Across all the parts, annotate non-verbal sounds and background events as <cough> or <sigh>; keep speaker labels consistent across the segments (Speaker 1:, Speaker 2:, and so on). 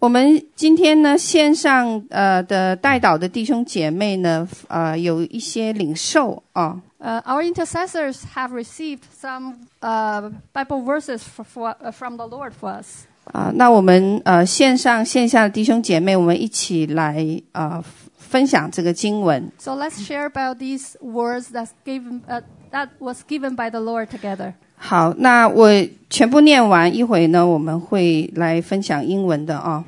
Speaker 1: 我们今天呢，线上呃的带导的弟兄姐妹呢，呃，有一些领受啊、
Speaker 2: Uh, our intercessors have received some uh, Bible verses for, for, uh, from the Lord for us.
Speaker 1: 啊，那我们呃线上线下的弟兄姐妹，我们一起来呃分享这个经文。
Speaker 2: So let's share about these words that's given, uh, that was given by the Lord together.
Speaker 1: 好，那我全部念完，一会呢我们会来分享英文的啊、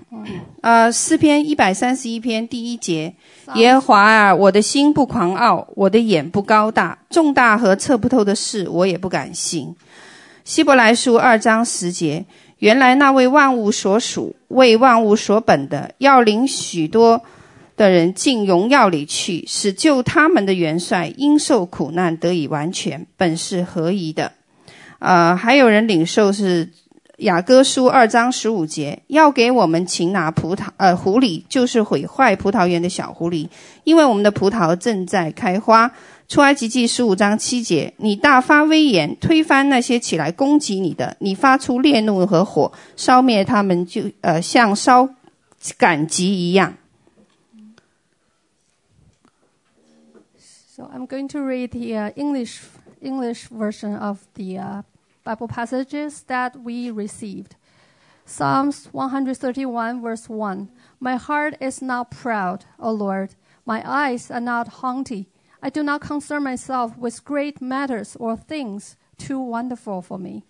Speaker 1: 呃，诗篇一百三十一篇第一节，耶和华啊，我的心不狂傲，我的眼不高大，重大和测不透的事我也不敢行。希伯来书二章十节，原来那位万物所属、为万物所本的，要领许多的人进荣耀里去，使救他们的元帅因受苦难得以完全，本是合宜的。呃，还有人领受是雅各书二章十五节，要给我们擒拿葡萄呃狐狸，就是毁坏葡萄园的小狐狸，因为我们的葡萄正在开花。出埃及记十五章七节，你大发威严，推翻那些起来攻击你的，你发出烈怒和火，烧灭他们就，呃像烧赶集一样。
Speaker 2: So I'm going to read the uh, English English version of the uh, Bible passages that we received. Psalms 131 verse 1. My heart is not proud, O Lord. My eyes are not haughty. I do not concern myself with great matters or things too wonderful for me.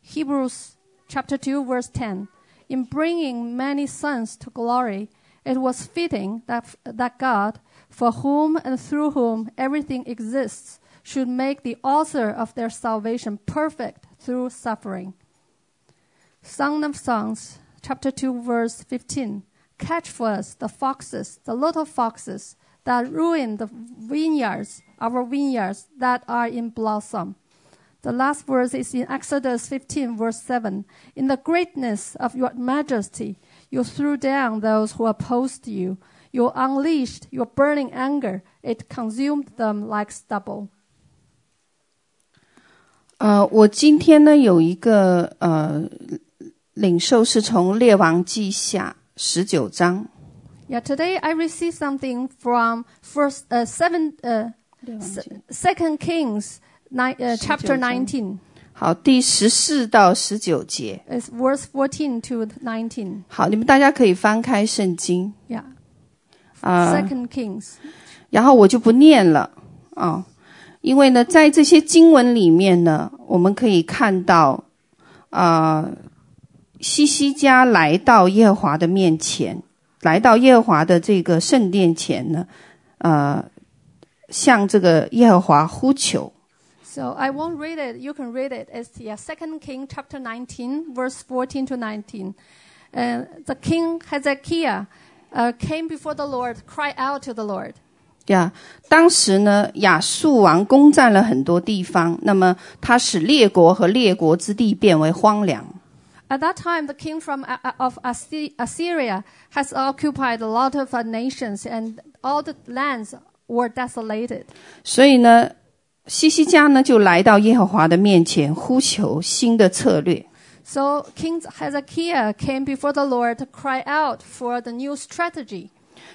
Speaker 2: Hebrews chapter 2 verse 10. In bringing many sons to glory, it was fitting that, that God, for whom and through whom everything exists, should make the author of their salvation perfect through suffering. Song of Songs, chapter 2, verse 15. Catch for us the foxes, the little foxes that ruin the vineyards, our vineyards that are in blossom. The last verse is in Exodus 15, verse 7. In the greatness of your majesty, you threw down those who opposed you. You unleashed your burning anger. It consumed them like stubble.
Speaker 1: 呃，我今天呢有一个呃领受是从列王记下十九章
Speaker 2: Yeah, today I received something from first uh, seven uh, se- second Kings nine, uh, chapter
Speaker 1: 19.
Speaker 2: nineteen.
Speaker 1: 好第十四到十九节。
Speaker 2: It's verse fourteen to nineteen.
Speaker 1: 好，你们大家可以翻开圣经，
Speaker 2: Yeah.
Speaker 1: Ah.
Speaker 2: Second Kings.
Speaker 1: 然后我就不念了啊、哦因为呢，在这些经文里面呢，我们可以看到，啊、西西家来到耶和华的面前，来到耶和华的这个圣殿前呢，呃，向这个耶和华呼求。
Speaker 2: So I won't read it. You can read it. It's the Second King chapter 19, verse 14 to 19. Uh, the king Hezekiah uh, came before the Lord, cried out to the Lord.
Speaker 1: 呀，当时呢，亚述王攻占了很多地方，那么他使列国和列国之地变为荒凉。
Speaker 2: At that time, the king from uh, uh, of Assyri- Assyria has occupied a lot of uh, nations, and all the lands were desolated.
Speaker 1: 所以呢，西西家呢就来到耶和华的面前呼求新的策略。
Speaker 2: So King Hezekiah came before the Lord to cry out for the new strategy.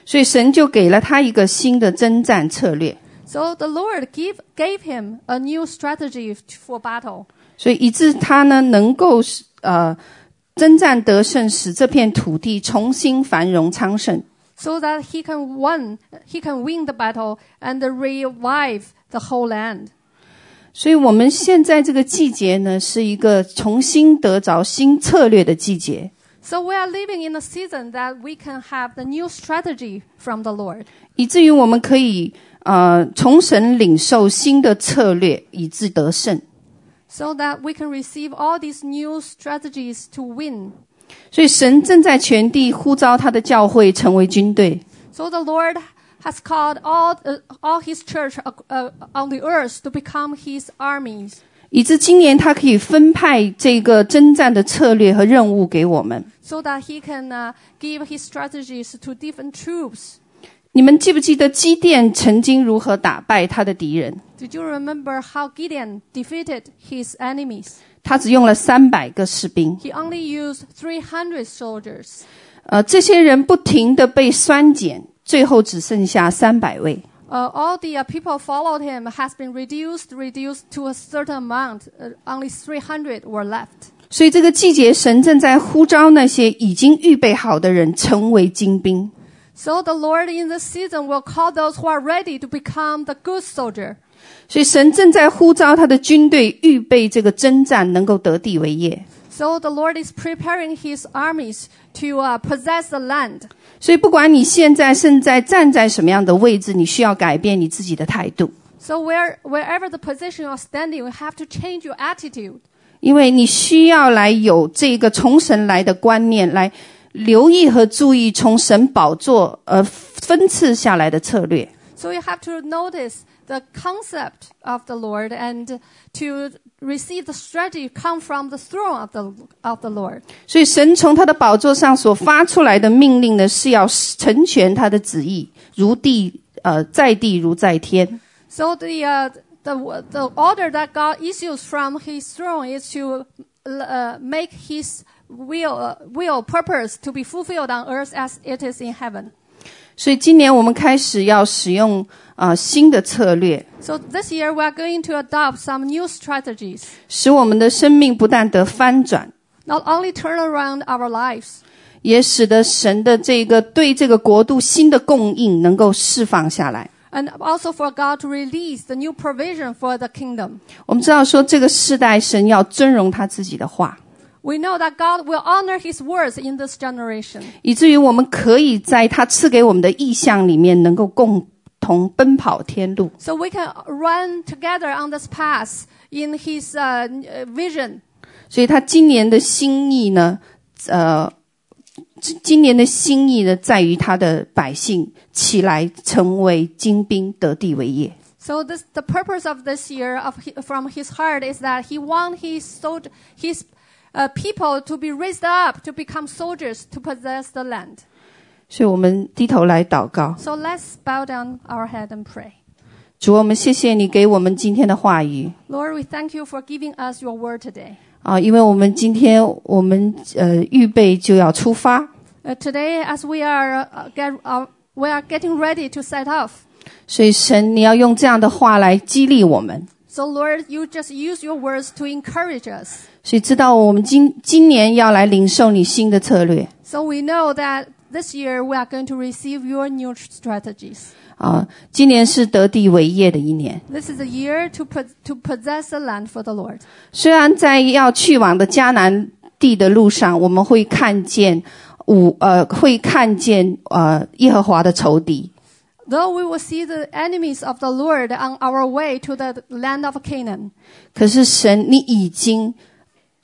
Speaker 1: 所以神就给了他一个新的征战策略，
Speaker 2: So the Lord give, gave him a new strategy f- for battle.
Speaker 1: 所以以致他呢能够呃征战得胜，使这片土地重新繁荣昌盛。
Speaker 2: So that he can win, he can win the battle and revive the whole land.
Speaker 1: 所以我们现在这个季节呢，是一个重新得着新策略的季节，
Speaker 2: So we are living in a season that we can have the new strategy from the Lord.
Speaker 1: 以至于我们可以呃从神领受新的策略，以致得胜。
Speaker 2: so that we can receive all these new strategies to win.
Speaker 1: 所以神正在全地呼召他的教会成为军队。
Speaker 2: So the Lord has called all uh, all His church uh, uh, on the earth to become His armies,
Speaker 1: 以致今年他可以分派这个征战的策略和任务给我们。
Speaker 2: so that He can uh, give His strategies to different troops.
Speaker 1: 你们记不记得基甸曾经如何打败他的敌人？
Speaker 2: Did you remember how Gideon defeated his enemies?
Speaker 1: 他只用了三百个士兵，
Speaker 2: He only used 300 soldiers.
Speaker 1: 呃，这些人不停地被酸减，最后只剩下三百位。
Speaker 2: Uh, all the uh, people followed him has been reduced, reduced to a certain amount. Uh, only 300 were left.
Speaker 1: 所以这个季节，神正在呼召那些已经预备好的人成为精兵。
Speaker 2: So the Lord in this season will call those who are ready to become the good soldier.
Speaker 1: 所以神正在呼召他的军队预备这个征战，能够得地为业。
Speaker 2: So the Lord is preparing his armies to uh, possess the land.
Speaker 1: 所以不管你现在正在站在什么样的位置，你需要改变你自己的态度，
Speaker 2: So where, wherever the position you're standing, you have to change your attitude.
Speaker 1: 因为你需要来有这个从神来的观念，来留意和注意从神宝座而分赐下来的策略。
Speaker 2: So you have to notice the concept of the Lord and to receive the strategy come from the throne of the, of the Lord.
Speaker 1: 所以神从他的宝座上所发出来的命令呢，是要成全他的旨意，如地呃在地如在天。
Speaker 2: So the, uh, the, the order that God issues from his throne is to uh, make his will, uh, will purpose to be fulfilled on earth as it is in heaven.
Speaker 1: 所以今年我们开始要使用啊、呃新的策略，
Speaker 2: So this year we are going to adopt some new strategies,
Speaker 1: 使我们的生命不但得翻转，
Speaker 2: not only turn around our lives,
Speaker 1: 也使得神的这个对这个国度新的供应能够释放下来。
Speaker 2: and also for God to release the new provision for the kingdom.
Speaker 1: 我们知道说这个世代神要尊荣他自己的话，
Speaker 2: We know that God will honor his words in this generation.
Speaker 1: 以至于我们可以在他赐给我们的意象里面能够共同奔跑天路。
Speaker 2: So we can run together on this path in his uh, n- uh, vision.
Speaker 1: 所以他今年的心意呢，呃，今今年的心意呢，在于他的百姓起来成为精兵，得地为业。
Speaker 2: So this, the purpose of this year of hi- from his heart is that he wants his, sold, his uh, people to be raised up to become soldiers to possess the land.
Speaker 1: 所以我们低头来祷告，
Speaker 2: So let's bow down our head and pray.
Speaker 1: 主，我们谢谢你给我们今天的话语
Speaker 2: Lord, we thank you for giving us your word today.
Speaker 1: 啊，因为我们今天我们呃预备就要出发，
Speaker 2: Uh, today, as we are, uh, get, uh, we are getting ready to set off,
Speaker 1: 所以神你要用这样的话来激励我们。
Speaker 2: So Lord, you just use your words to encourage us.
Speaker 1: 所以知道我们今今年要来领受你新的策略
Speaker 2: So we know that this year we are going to receive your new tr- strategies.
Speaker 1: 啊，今年是得地为业的一年。
Speaker 2: This is a year to po- to possess the land for the Lord.
Speaker 1: 虽然在要去往的迦南地的路上，我们会看见五呃，会看见呃耶和华的仇敌，
Speaker 2: Though we will see the enemies of the Lord on our way to the land of Canaan,
Speaker 1: 可是神你已经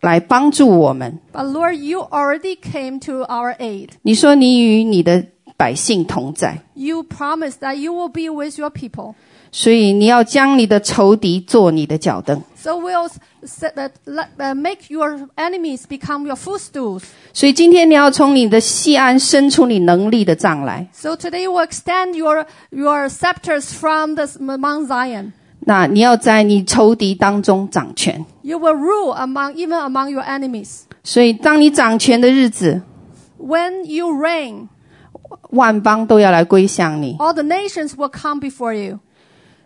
Speaker 1: 来帮助我们。
Speaker 2: but Lord, you already came to our aid.
Speaker 1: 你说你与你的百姓同在，
Speaker 2: You promised that you will be with your people.
Speaker 1: 所以你要将你的仇敌做你的脚凳。
Speaker 2: So we'll s- set that, let, uh, make your enemies become your footstools.
Speaker 1: 所以今天你要从你的西安伸出你能力的杖来，
Speaker 2: So today you will extend your, your scepters from the Mount Zion.
Speaker 1: 那你要在你仇敌当中掌权。
Speaker 2: You will rule among, even among your enemies.
Speaker 1: 所以当你掌权的日子，
Speaker 2: When you reign,
Speaker 1: 万邦都要来归向你。
Speaker 2: all the nations will come before you.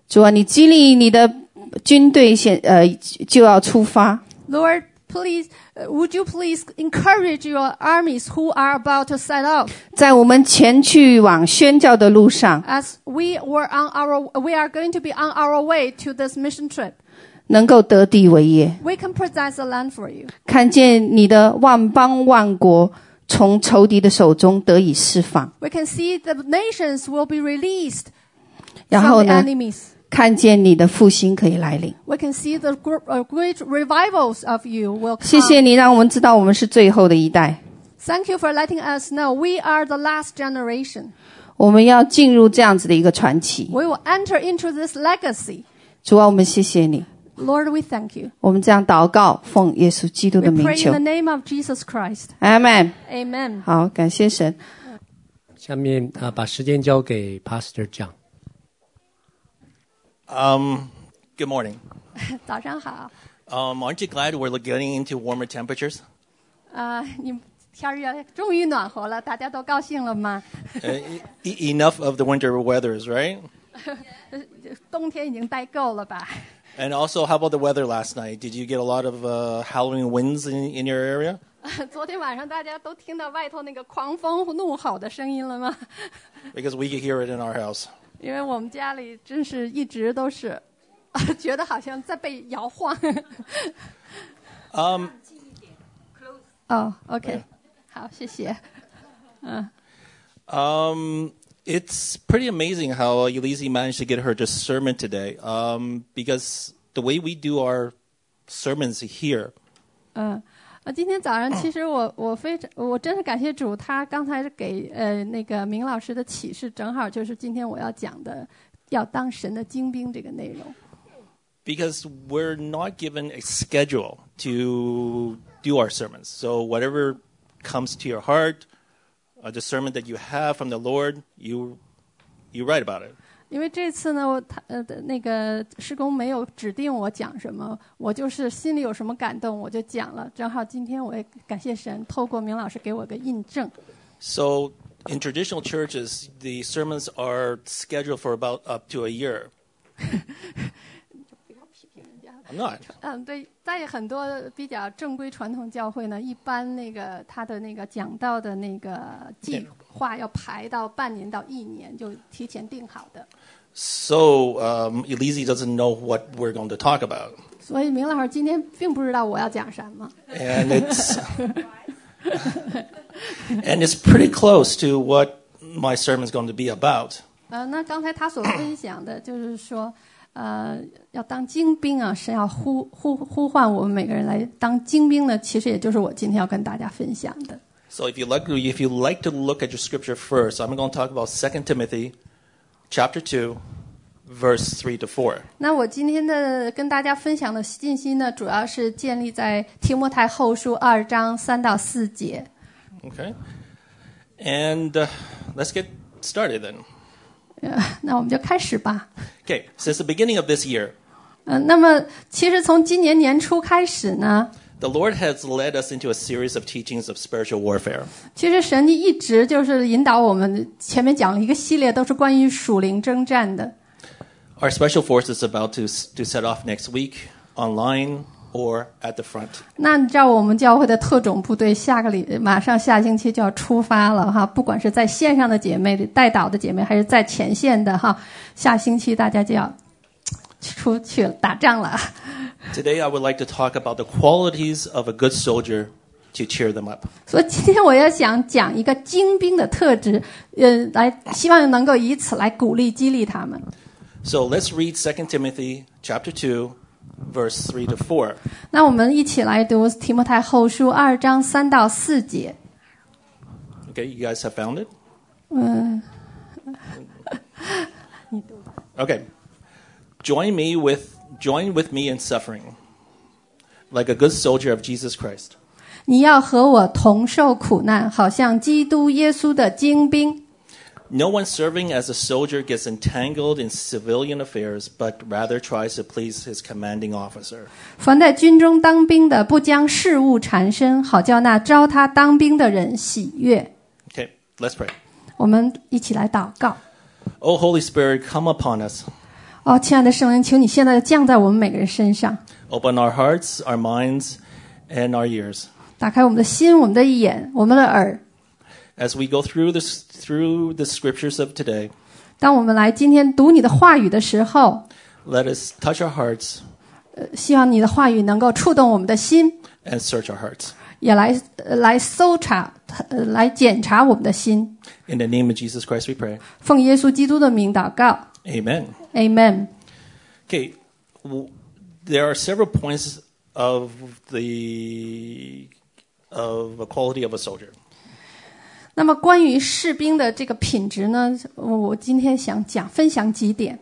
Speaker 1: 主啊，你激励你的军队现呃就要出发，
Speaker 2: Lord, please, uh, would you please encourage your armies who are about to set off?
Speaker 1: 在我们前去往宣教的路上，
Speaker 2: As we were on our, we are going to be on our way to this mission trip.
Speaker 1: 能够得地为业，
Speaker 2: We can possess the land for you.
Speaker 1: 看见你的万邦万国从仇敌的手中得以释放，
Speaker 2: We can see the nations will be released
Speaker 1: 然
Speaker 2: from
Speaker 1: 后
Speaker 2: the
Speaker 1: 呢，
Speaker 2: enemies.
Speaker 1: 看见你的复兴可以来临。
Speaker 2: We can see the gr- uh, great revivals of you will
Speaker 1: 谢
Speaker 2: come.
Speaker 1: 谢你让我们知道我们是最后的一代，
Speaker 2: Thank you for letting us know we are the last generation.
Speaker 1: 我们要进入这样子的一个传奇。
Speaker 2: We will enter into this legacy.
Speaker 1: 主啊，我们谢谢你，
Speaker 2: Lord, we thank you.
Speaker 1: 我们这样祷告，奉耶稣基督
Speaker 2: We
Speaker 1: 的名
Speaker 2: pray
Speaker 1: 求
Speaker 2: <laughs> in the name of Jesus Christ.
Speaker 1: ，Amen。
Speaker 2: Amen.
Speaker 1: 好，感谢神。
Speaker 3: 下面啊，把时间交给 Pastor John。
Speaker 4: Um, good morning.
Speaker 2: 早上好，
Speaker 4: Um, aren't you glad we're getting into warmer temperatures?
Speaker 2: 啊、你天儿也终于暖和了，大家都高兴了吗？ <laughs>
Speaker 4: Uh, e- e- enough of the winter weathers, right?
Speaker 2: 冬天已经待够了吧？ <laughs>
Speaker 4: And also, how about the weather last night? Did you get a lot of uh, howling winds in, in your area?
Speaker 2: 昨天晚上大家都听到外头那个狂风怒吼的声音了吗？
Speaker 4: Because we could hear it in our house.
Speaker 2: 因为我们家里真是一直都是， <laughs> 觉得好像在被摇晃。
Speaker 4: Um,
Speaker 2: 哦、o k 好，谢谢。
Speaker 4: Um, it's pretty amazing how uh, Ulysses managed to get her to sermon today. Um, because the way we do our sermons here,
Speaker 2: 嗯，呃，今天早上其实我我非常我真是感谢主，他刚才是给呃那个明老师的启示，正好就是今天我要讲的，要当神的精兵这个内容。
Speaker 4: because we're not given a schedule to do our sermons. So whatever comes to your heart, uh, the sermon that you have from the Lord, you you write about it.
Speaker 2: 因为这次呢，我他呃的那个施工没有指定我讲什么，我就是心里有什么感动我就讲了。正好今天我也感谢神，透过明老师给我个印证。
Speaker 4: So in traditional churches, the sermons are scheduled for about up to a year. I'm not.
Speaker 2: 嗯，对，在很多比较正规传统教会呢，一般那个他的那个讲道的那个计划要排到半年到一年，就提前定好的。
Speaker 4: So um, Elise doesn't know what we're going to talk about,
Speaker 2: 所以明老师今天并不知道我要讲什么，
Speaker 4: and it's and it's pretty close to what my sermon's going to be about.
Speaker 2: 呃，那刚才他所分享的就是说，呃，要当精兵啊，神要呼呼呼唤我们每个人来当精兵呢，其实也就是我今天要跟大家分享的。
Speaker 4: So if you like, if you like to look at your scripture first, I'm going to talk about 2 Timothy, chapter two, verse three to four.
Speaker 2: 那我今天的跟大家分享的信息呢，主要是建立在提摩太后书二章三到四节。
Speaker 4: Okay, and uh, let's get started then.
Speaker 2: 呃，那我们就开始吧。
Speaker 4: Okay, since the beginning of this year,
Speaker 2: 嗯、那么其实从今年年初开始呢，
Speaker 4: the Lord has led us into a series of teachings of spiritual warfare.
Speaker 2: 其实神一直就是引导我们，前面讲了一个系列，都是关于属灵征战的。
Speaker 4: Our special force is about to, to set off next week online or at the front.
Speaker 2: 那你知道我们教会的特种部队下个礼马上下星期就要出发了哈，不管是在线上的姐妹、带导的姐妹，还是在前线的哈，下星期大家就要出去打仗了。
Speaker 4: Today, I would like to talk about the qualities of a good soldier to cheer them up.
Speaker 2: 所以今天我要想讲一个精兵的特质，呃，来希望能够以此来鼓励激励他们。
Speaker 4: So let's read 2 Timothy chapter 2, verse 3 to 4.
Speaker 2: 那我们一起来读提摩太后书二章三到四节。
Speaker 4: Okay, you guys have found it?
Speaker 2: 嗯，
Speaker 4: Okay. Join me with join with me in suffering like a good soldier of Jesus Christ.
Speaker 2: 你要和我同受苦难，好像基督耶稣的精兵。
Speaker 4: No one serving as a soldier gets entangled in civilian affairs, but rather tries to please his commanding officer.
Speaker 2: 凡在军中当兵的，不将事务缠身，好叫那招他当兵的人喜悦。
Speaker 4: Okay, let's pray.
Speaker 2: 我们一起来祷告。
Speaker 4: O Holy Spirit, come upon us.
Speaker 2: 哦，亲爱的圣灵，求你现在降在我们每个人身上，
Speaker 4: Open our hearts, our minds, and our ears.
Speaker 2: 打开我们的心、我们的眼、我们的耳。
Speaker 4: As we go through this through the scriptures of today,
Speaker 2: 当我们来今天读你的话语的时候，
Speaker 4: let us touch our hearts
Speaker 2: 呃希望你的话语能够触动我们的心，
Speaker 4: and search our hearts.
Speaker 2: 也来呃来搜查、呃来检查我们的心。
Speaker 4: In the name of Jesus Christ we pray.
Speaker 2: 奉耶稣基督的名祷告
Speaker 4: Amen.
Speaker 2: ，Amen。
Speaker 4: Okay, w- there are several points of the of a quality of a soldier.
Speaker 2: 那么关于士兵的这个品质呢，我我今天想讲分享几点。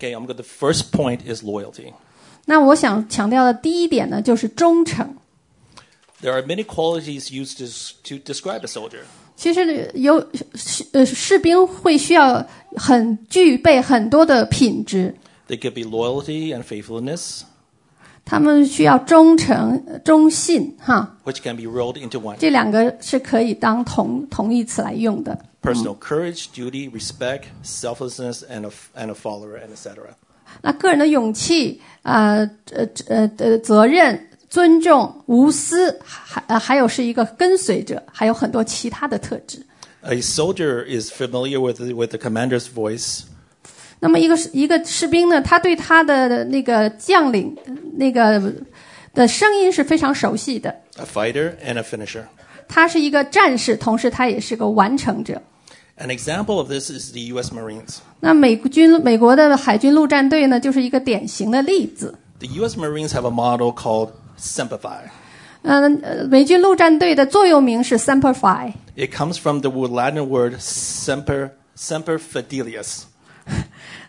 Speaker 4: Okay, I'm good. The first point is loyalty.
Speaker 2: 那我想强调的第一点呢，就是忠诚。
Speaker 4: There are many qualities used to, s- to describe a soldier.
Speaker 2: 其实有，呃，士兵会需要很具备很多的品质，
Speaker 4: They could be loyalty and faithfulness,
Speaker 2: 他们需要忠诚、呃忠信，哈，
Speaker 4: which can be rolled into one.
Speaker 2: 这两个是可以当同同义词来用的。
Speaker 4: Personal courage, duty, respect, selflessness, and a, and a follower, and etc.
Speaker 2: 那个人的勇气，呃呃呃呃，责任、尊重、无私，还呃还有是一个跟随者，还有很多其他的特质。
Speaker 4: A soldier is familiar with the, with the commander's voice,
Speaker 2: 那么一个士一个士兵呢，他对他的那个将领那个的声音是非常熟悉的。
Speaker 4: a fighter, and a finisher.
Speaker 2: 他是一个战士，同时他也是个完成者。
Speaker 4: An example of this is the U.S. Marines.
Speaker 2: 那美军美国的海军陆战队呢，就是一个典型的例子。
Speaker 4: The U.S. Marines have a motto called "Simplify."
Speaker 2: 嗯、呃，美军陆战队的座右铭是 “Semper Fi”，
Speaker 4: It comes from the Latin word "semper semper fidelius,"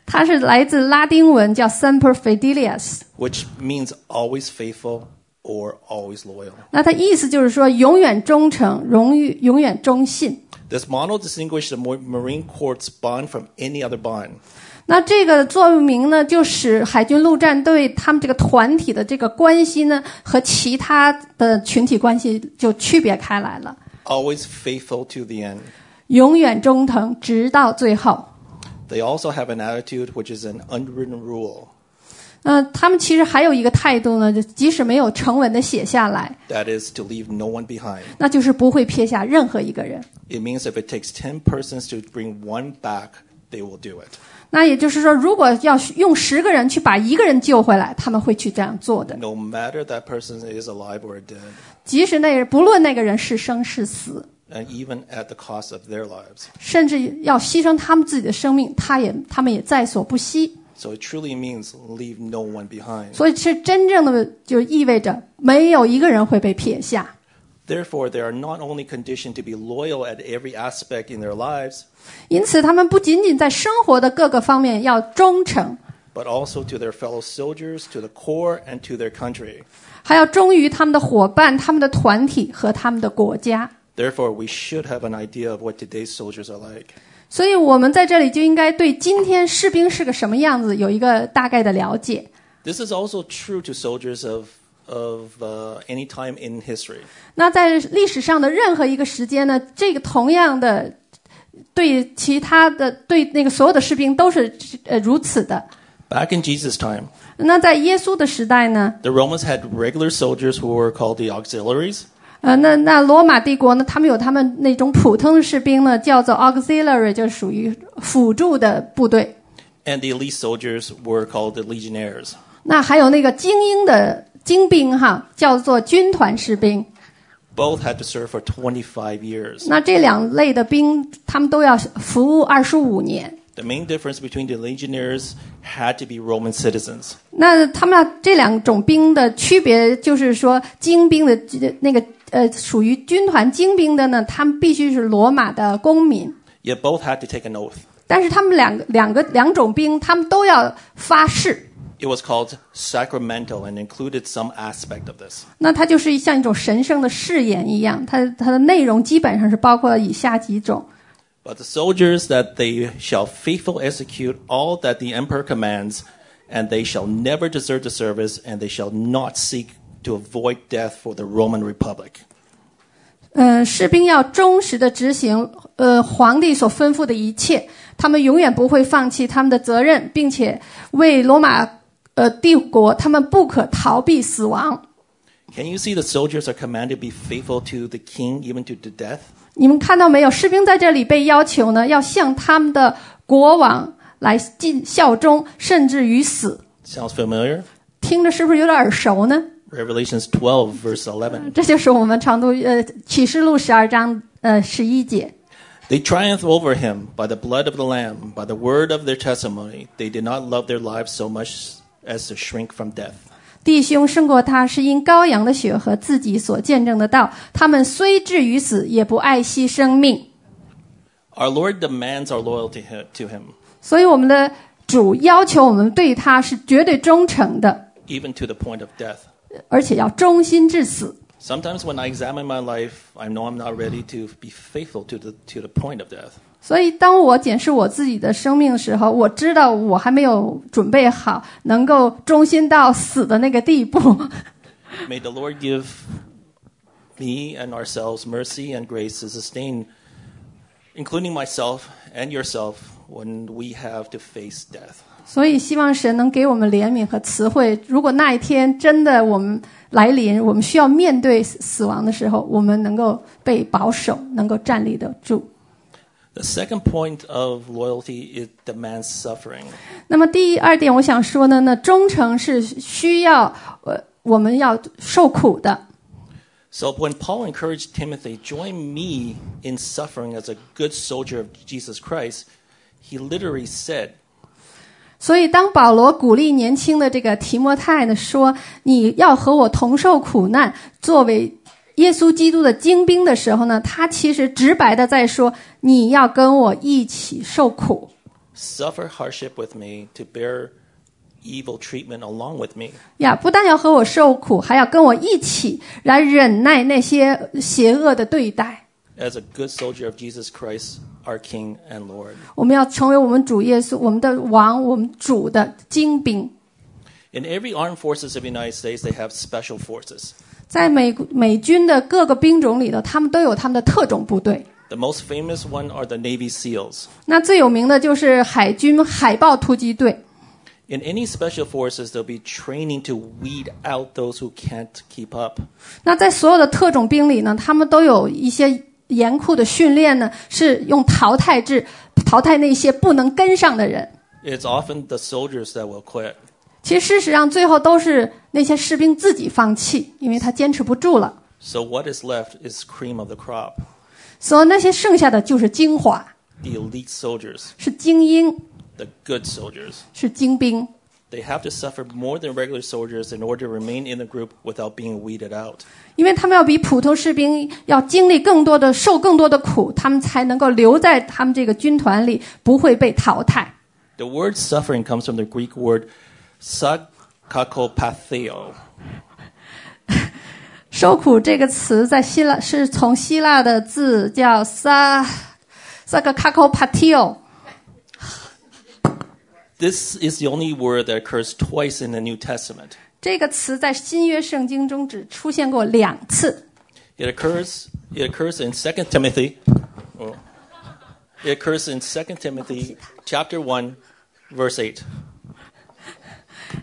Speaker 2: 它是来自拉丁文叫 “Semper Fidelis”。
Speaker 4: which means always faithful or always loyal.
Speaker 2: 那它意思就是说，永远忠诚，永远永远忠信。
Speaker 4: This motto distinguishes the Mo- Marine Corps bond from any other bond.
Speaker 2: 那这个座右铭呢，就使海军陆战队他们这个团体的这个关系呢，和其他的群体关系就区别开来了。
Speaker 4: Always faithful to the end.
Speaker 2: 永远忠诚，直到最后。
Speaker 4: They also have an attitude which is an unwritten rule
Speaker 2: 呃，他们其实还有一个态度呢，就即使没有成文的写下来，
Speaker 4: that is to leave no one behind.
Speaker 2: 那就是不会撇下任何一个人。
Speaker 4: It means if it takes 10 persons to bring one back, they will do it.
Speaker 2: 那也就是说，如果要用十个人去把一个人救回来，他们会去这样做的。
Speaker 4: No matter that person is alive or dead,
Speaker 2: 即使那不论那个人是生是死，
Speaker 4: and even at the cost of their lives.
Speaker 2: 甚至要牺牲他们自己的生命，他也他们也在所不惜。
Speaker 4: So it truly means leave no one behind.
Speaker 2: 所以是真正的，就意味着没有一个人会被撇下。
Speaker 4: Therefore, they are not only conditioned to be loyal at every aspect in their lives,
Speaker 2: 因此，他们不仅仅在生活的各个方面要忠诚，
Speaker 4: but also to their fellow soldiers, to the Corps, and to their country.
Speaker 2: 还要忠于他们的伙伴、他们的团体和他们的国家。
Speaker 4: Therefore, we should have an idea of what today's soldiers are like.
Speaker 2: 所以，我们在这里就应该对今天士兵是个什么样子有一个大概的了解。
Speaker 4: This is also true to soldiers of, of uh, any time in history.
Speaker 2: 那在历史上的任何一个时间呢，这个同样的，对其他的对那个所有的士兵都是呃如此的。
Speaker 4: Back in Jesus' time,
Speaker 2: 那在耶稣的时代呢，
Speaker 4: the Romans had regular soldiers who were called the auxiliaries,
Speaker 2: 呃，那那罗马帝国呢，他们有他们那种普通的士兵呢，叫做 auxiliary，就是属于辅助的部队。
Speaker 4: and the elite soldiers were called the legionnaires.
Speaker 2: 那还有那个精英的精兵哈，叫做军团士兵。
Speaker 4: Both had to serve for 25 years.
Speaker 2: 那这两类的兵，他们都要服务二十五年。
Speaker 4: The main difference between the legionnaires had to be Roman citizens.
Speaker 2: 那他们俩这两种兵的区别，就是说精兵的那个呃，属于军团精兵的呢，他们必须是罗马的公民。
Speaker 4: Yet both had to take an oath.
Speaker 2: 但是他们两个两个两种兵，他们都要发誓。
Speaker 4: It was called sacramental and included some aspect of this.
Speaker 2: 那它就是像一种神圣的誓言一样，它它的内容基本上是包括以下几种：
Speaker 4: But the soldiers that they shall faithful execute all that the emperor commands, and they shall never desert the service, and they shall not seek to avoid death for the Roman Republic.
Speaker 2: 呃，士兵要忠实的执行呃皇帝所吩咐的一切，他们永远不会放弃他们的责任，并且为罗马呃帝国，他们不可逃避死亡。
Speaker 4: Can you see the soldiers are commanded to be faithful to the king even to the death?
Speaker 2: 你们看到没有？士兵在这里被要求呢，要向他们的国王来尽效忠，甚至于死。
Speaker 4: Sounds familiar?
Speaker 2: 听着是不是有点耳熟呢？
Speaker 4: Revelations 12, verse 11.
Speaker 2: 这就是我们长度呃启示录十二章呃十一节。
Speaker 4: They triumphed over him by the blood of the Lamb, by the word of their testimony. They did not love their lives so much as to shrink from death.
Speaker 2: 弟兄胜过他，是因羔羊的血和自己所见证的道。他们虽至于死，也不爱惜生命。
Speaker 4: Our Lord demands our loyalty hi- to him,
Speaker 2: 所以我们的主要求我们对他是绝对忠诚的，
Speaker 4: even to the point of death.
Speaker 2: 而且要忠心至死。
Speaker 4: Sometimes when I examine my life, I know I'm not ready to be faithful to the, to the point of death.
Speaker 2: 所以，当我检视我自己的生命的时候，我知道我还没有准备好，能够忠心到死的那个地步。
Speaker 4: May the Lord give me and ourselves mercy and grace to sustain, including myself and yourself, when we have to face death.
Speaker 2: 所以，希望神能给我们怜悯和词汇。如果那一天真的我们来临，我们需要面对死亡的时候，我们能够被保守，能够站立得住。
Speaker 4: The second point of loyalty it demands suffering.
Speaker 2: 那么第二点，我想说呢，那忠诚是需要呃我们要受苦的。
Speaker 4: So when Paul encouraged Timothy, join me in suffering as a good soldier of Jesus Christ, he literally said,
Speaker 2: 所以，当保罗鼓励年轻的这个提摩太呢，说你要和我同受苦难，作为耶稣基督的精兵的时候呢，他其实直白的在说，你要跟我一起受苦，
Speaker 4: suffer hardship with me to bear evil treatment along with me.
Speaker 2: 呀，不但要和我受苦，还要跟我一起来忍耐那些邪恶的对待。
Speaker 4: As a good soldier of Jesus Christ, our King and Lord.
Speaker 2: 我们要成为我们主耶稣、我们的王、我们主的精兵。
Speaker 4: In every armed forces of the United States, they have special forces.
Speaker 2: 在美美军的各个兵种里头，他们都有他们的特种部队。
Speaker 4: The most famous one are the Navy SEALs.
Speaker 2: 那最有名的就是海军海豹突击队。
Speaker 4: In any special forces, there'll be training to weed out those who can't keep up.
Speaker 2: 那在所有的特种兵里呢，他们都有一些严酷的训练呢，是用淘汰制淘汰那些不能跟上的人。
Speaker 4: It's often the soldiers that will quit.
Speaker 2: 其实事实上，最后都是那些士兵自己放弃，因为他坚持不住了。
Speaker 4: So what is left is cream of the crop,
Speaker 2: 所以那些剩下的就是精华，
Speaker 4: the elite soldiers,
Speaker 2: 是精英，
Speaker 4: the good soldiers.
Speaker 2: 是精兵。
Speaker 4: They have to suffer more than regular soldiers in order to remain in the group without being weeded out.
Speaker 2: 因为他们要比普通士兵要经历更多的、受更多的苦，他们才能够留在他们这个军团里，不会被淘汰。
Speaker 4: The word suffering comes from the Greek word sakakopatheo.
Speaker 2: 受苦这个词在希腊是从希腊的字叫萨萨克卡科帕提奥，
Speaker 4: This is the only word that occurs twice in the New Testament.
Speaker 2: 这个词在新约圣经中只出现过两次。
Speaker 4: It occurs it occurs in 2 Timothy. oh. It occurs in 2 Timothy chapter 1 verse 8.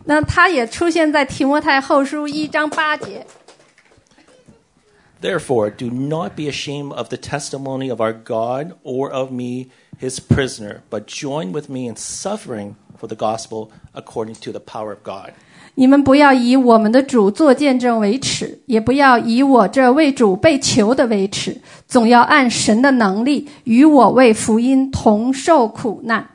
Speaker 2: 那它也出现在提摩太后书一章八节。
Speaker 4: Therefore, do not be ashamed of the testimony of our God or of me, his prisoner, but join with me in suffering for the gospel according to the power of God.
Speaker 2: 你们不要以我们的主做见证为耻，也不要以我这为主被囚的为耻，总要按神的能力与我为福音同受苦难。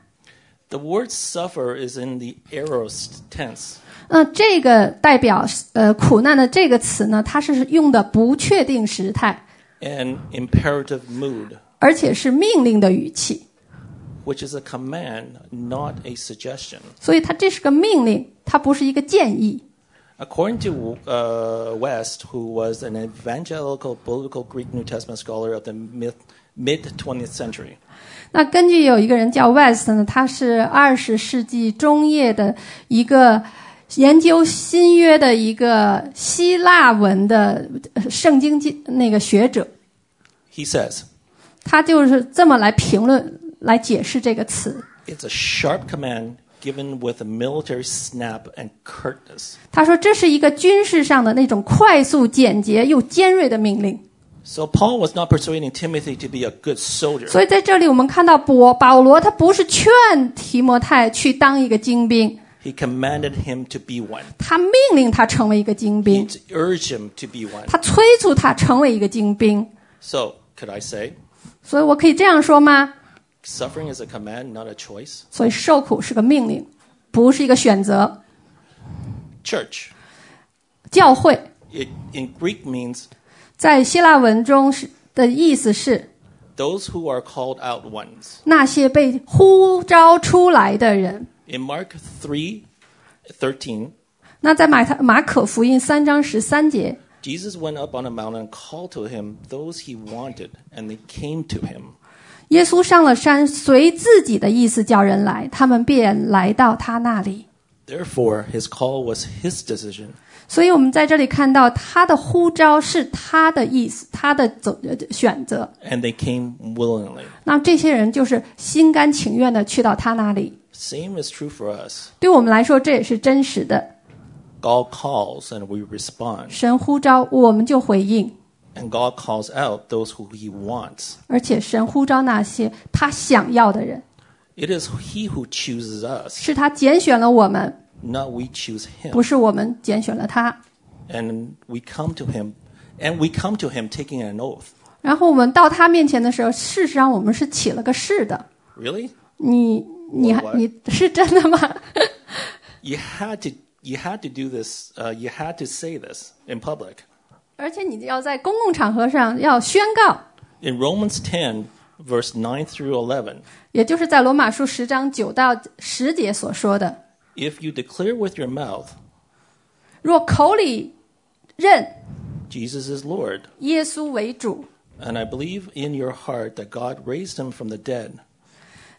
Speaker 4: The word suffer is in the aorist tense.
Speaker 2: 那这个代表呃苦难的这个词呢，它是用的不确定时态，
Speaker 4: an imperative mood,
Speaker 2: 而且是命令的语气，
Speaker 4: which is a command, not a suggestion.
Speaker 2: 所以它这是个命令，它不是一个建议。
Speaker 4: According to uh, West, who was an evangelical biblical Greek New Testament scholar of the mid 20th century,
Speaker 2: 那根据有一个人叫 West 呢，他是二十世纪中叶的一个研究新约的一个希腊文的呃圣经记那个学者，
Speaker 4: he says,
Speaker 2: 他就是这么来评论、来解释这个词。
Speaker 4: It's a sharp command given with a military snap and curtness.
Speaker 2: 他说这是一个军事上的那种快速、简洁又尖锐的命令。
Speaker 4: So Paul was not persuading Timothy to be a good soldier.
Speaker 2: 所以在这里我们看到保保罗他不是劝提摩太去当一个精兵，
Speaker 4: he commanded him to be one.
Speaker 2: 他命令他成为一个精兵
Speaker 4: He，urged him to be one.
Speaker 2: 他催促他成为一个精兵。
Speaker 4: So, could I say,
Speaker 2: 所以我可以这样说吗？
Speaker 4: suffering is a command, not a choice?
Speaker 2: 所以受苦是个命令，不是一个选择。
Speaker 4: Church.
Speaker 2: 教会
Speaker 4: It in Greek means
Speaker 2: 在希腊文中是的意思是
Speaker 4: those who are called out ones.
Speaker 2: 那些被呼召出来的人。
Speaker 4: In Mark 3 13,
Speaker 2: 那在马太马可福音三章十三节，
Speaker 4: Jesus went up on a mountain and called to him those he wanted, and they came to him.
Speaker 2: 耶稣上了山，随自己的意思叫人来，他们便来到他那里。
Speaker 4: Therefore, his call was his decision.
Speaker 2: 所以我们在这里看到他的呼召是他的意思，他的走呃选择。
Speaker 4: and they came willingly.
Speaker 2: 那这些人就是心甘情愿的去到他那里。
Speaker 4: Same is true for us.
Speaker 2: 对我们来说，这也是真实的。
Speaker 4: God calls and we respond,
Speaker 2: 神呼召，我们就回应，
Speaker 4: and God calls out those who He wants.
Speaker 2: 而且神呼召那些他想要的人，
Speaker 4: It is He who chooses us,
Speaker 2: 是他拣选了我们，
Speaker 4: not we choose
Speaker 2: 不
Speaker 4: Him.
Speaker 2: 是我们拣选了他。
Speaker 4: And we come to Him, and we come to Him taking an oath.
Speaker 2: 然后我们到他面前的时候，事实上我们是起了个誓的。
Speaker 4: Really?
Speaker 2: 你你还
Speaker 4: 我
Speaker 2: 你
Speaker 4: <laughs>
Speaker 2: 是真的吗？ <laughs>
Speaker 4: You had to. You had to do this. Uh, you had to say this in public.
Speaker 2: 而且你要在公共场合上要宣告，
Speaker 4: In Romans 10, verse 9 through 11,
Speaker 2: 也就是在罗马书十章九到十节所说的：
Speaker 4: if you declare with your mouth
Speaker 2: 若口里认
Speaker 4: Jesus is Lord,
Speaker 2: 耶稣为主，
Speaker 4: and I believe in your heart that God raised him from the dead,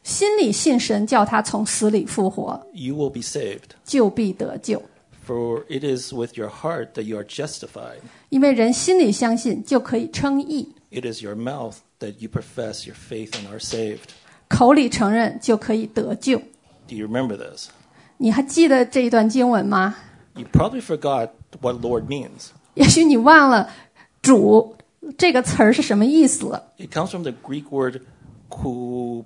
Speaker 2: 心里信神叫他从死里复活，
Speaker 4: you will be saved.
Speaker 2: 就必得救。
Speaker 4: For it is with your heart that you are justified.
Speaker 2: 因为人心里相信，就可以称义；
Speaker 4: It is your mouth that you profess your faith and are saved.
Speaker 2: 口里承认，就可以得救。
Speaker 4: Do you remember this?
Speaker 2: 你还记得这一段经文吗？ <laughs>
Speaker 4: You probably forgot what Lord means.
Speaker 2: 也许你忘了“主”这个词儿是什么意思了。
Speaker 4: It comes from the Greek word ku,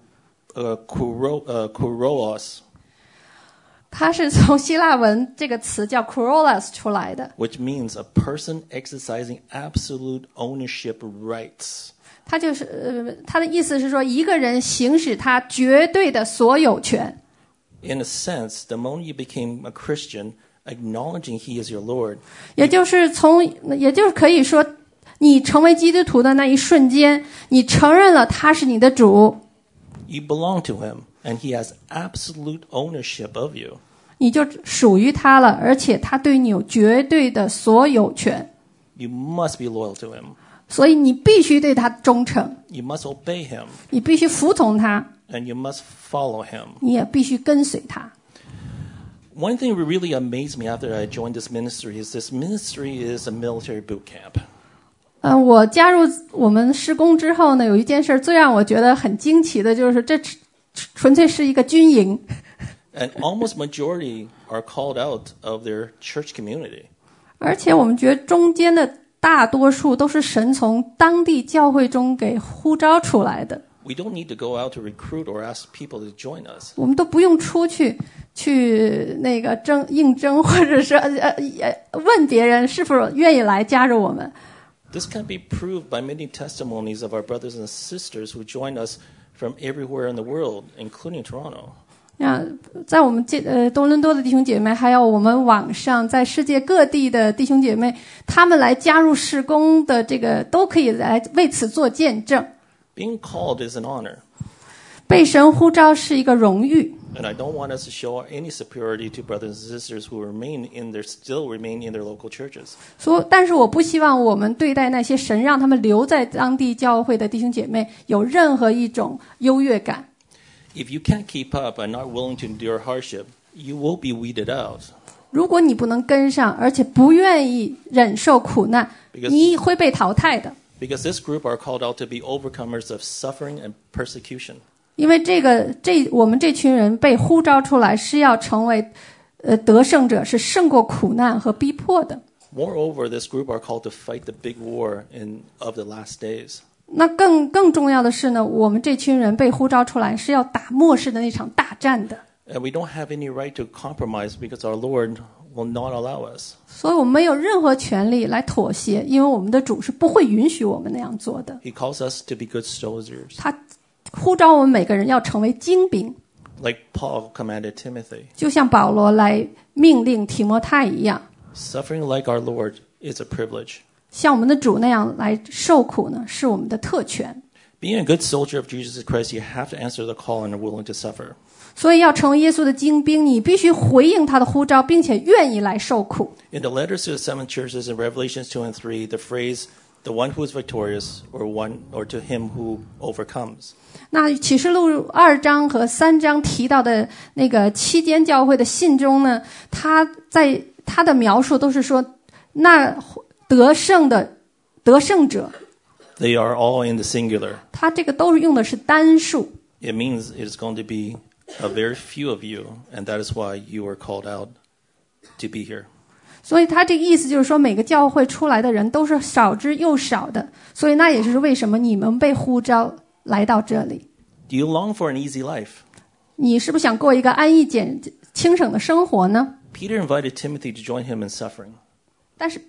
Speaker 4: uh, kuro, uh, kuros,
Speaker 2: 它是从希腊文这个词叫 “kurolas” 出来的，
Speaker 4: which means a person exercising absolute ownership rights.
Speaker 2: 它就是呃，它的意思是说，一个人行使他绝对的所有权。
Speaker 4: In a sense, the moment you became a Christian, acknowledging He is your Lord,
Speaker 2: 也就是从，也就是可以说，你成为基督徒的那一瞬间，你承认了他是你的主，
Speaker 4: You belong to him, and he has absolute ownership of you.
Speaker 2: 你就属于他了，而且他对你有绝对的所有权，
Speaker 4: You must be loyal to him.
Speaker 2: 所以你必须对他忠诚，
Speaker 4: You must obey him,
Speaker 2: 你必须服从他，
Speaker 4: and you must follow him.
Speaker 2: 你也必须跟随他。
Speaker 4: One thing that really amazed me after I joined this ministry is this ministry is a military boot camp.
Speaker 2: 呃，我加入我们施工之后呢，有一件事儿最让我觉得很惊奇的，就是这纯纯粹是一个军营，
Speaker 4: And almost majority are called out of their church community.
Speaker 2: 而且我们觉得中间的大多数都是神从当地教会中给呼召出来的，
Speaker 4: We don't need to go out to recruit or ask people to join us.
Speaker 2: 我们都不用出去去那个征应征，或者是呃呃呃问别人是否愿意来加入我们。
Speaker 4: This can be proved by many testimonies of our brothers and sisters who join us from everywhere in the world, including Toronto.
Speaker 2: 那在我们这呃多伦多的弟兄姐妹，还有我们网上在世界各地的弟兄姐妹，他们来加入施工的这个，都可以来为此做见证。
Speaker 4: Being called is an honor,
Speaker 2: 被神呼召是一个荣誉，
Speaker 4: and I don't want us to show any superiority to brothers and sisters who remain in their still remain in their local churches.
Speaker 2: 所以但是我不希望我们对待那些神让他们留在当地教会的弟兄姐妹有任何一种优越感。
Speaker 4: If you can't keep up and not willing to endure hardship, you will be weeded out.
Speaker 2: 如果你不能跟上，而且不愿意忍受苦难，
Speaker 4: Because-
Speaker 2: 你会被淘汰的。
Speaker 4: Because this group are called out to be overcomers of suffering and persecution.
Speaker 2: 因为这个这我们这群人被呼召出来是要成为，呃，得胜者，是胜过苦难和逼迫的。
Speaker 4: Moreover, this group are called to fight the big war in, of the last days.
Speaker 2: 那更更重要的是呢，我们这群人被呼召出来是要打末世的那场大战的，
Speaker 4: And we don't have any right to compromise because our Lord will not allow us.
Speaker 2: 所以我们没有任何权利来妥协，因为我们的主是不会允许我们那样做的。
Speaker 4: He calls us to be good soldiers,
Speaker 2: 他呼召我们每个人要成为精兵，
Speaker 4: like Paul commanded Timothy.
Speaker 2: 就像保罗来命令提摩太一样，
Speaker 4: Suffering like our Lord is a privilege.
Speaker 2: 像我们的主那样来受苦呢，是我们的特权。
Speaker 4: Being a good soldier of Jesus Christ, you have to answer the call and are willing to suffer.
Speaker 2: 所以要成为耶稣的精兵，你必须回应他的呼召，并且愿意来受苦。
Speaker 4: In the letters to the seven churches in Revelations 2 and 3, the phrase, the one who is victorious, or one, or to him who overcomes.
Speaker 2: 那启示录二章和三章提到的那个期间教会的信中呢，他在他的描述都是说，那得胜的得胜者，
Speaker 4: They are all in the singular.
Speaker 2: 他这个都是用的是单数，
Speaker 4: It means it is going to be a very few of you, and that is why you are called out to be here.
Speaker 2: 所以他这个意思就是说，每个教会出来的人都是少之又少的，所以那也就是为什么你们被呼召来到这里。
Speaker 4: Do you long for an easy life?
Speaker 2: 你是不是想过一个安逸简轻省的生活呢？
Speaker 4: Peter invited Timothy to join him in suffering.
Speaker 2: 但是，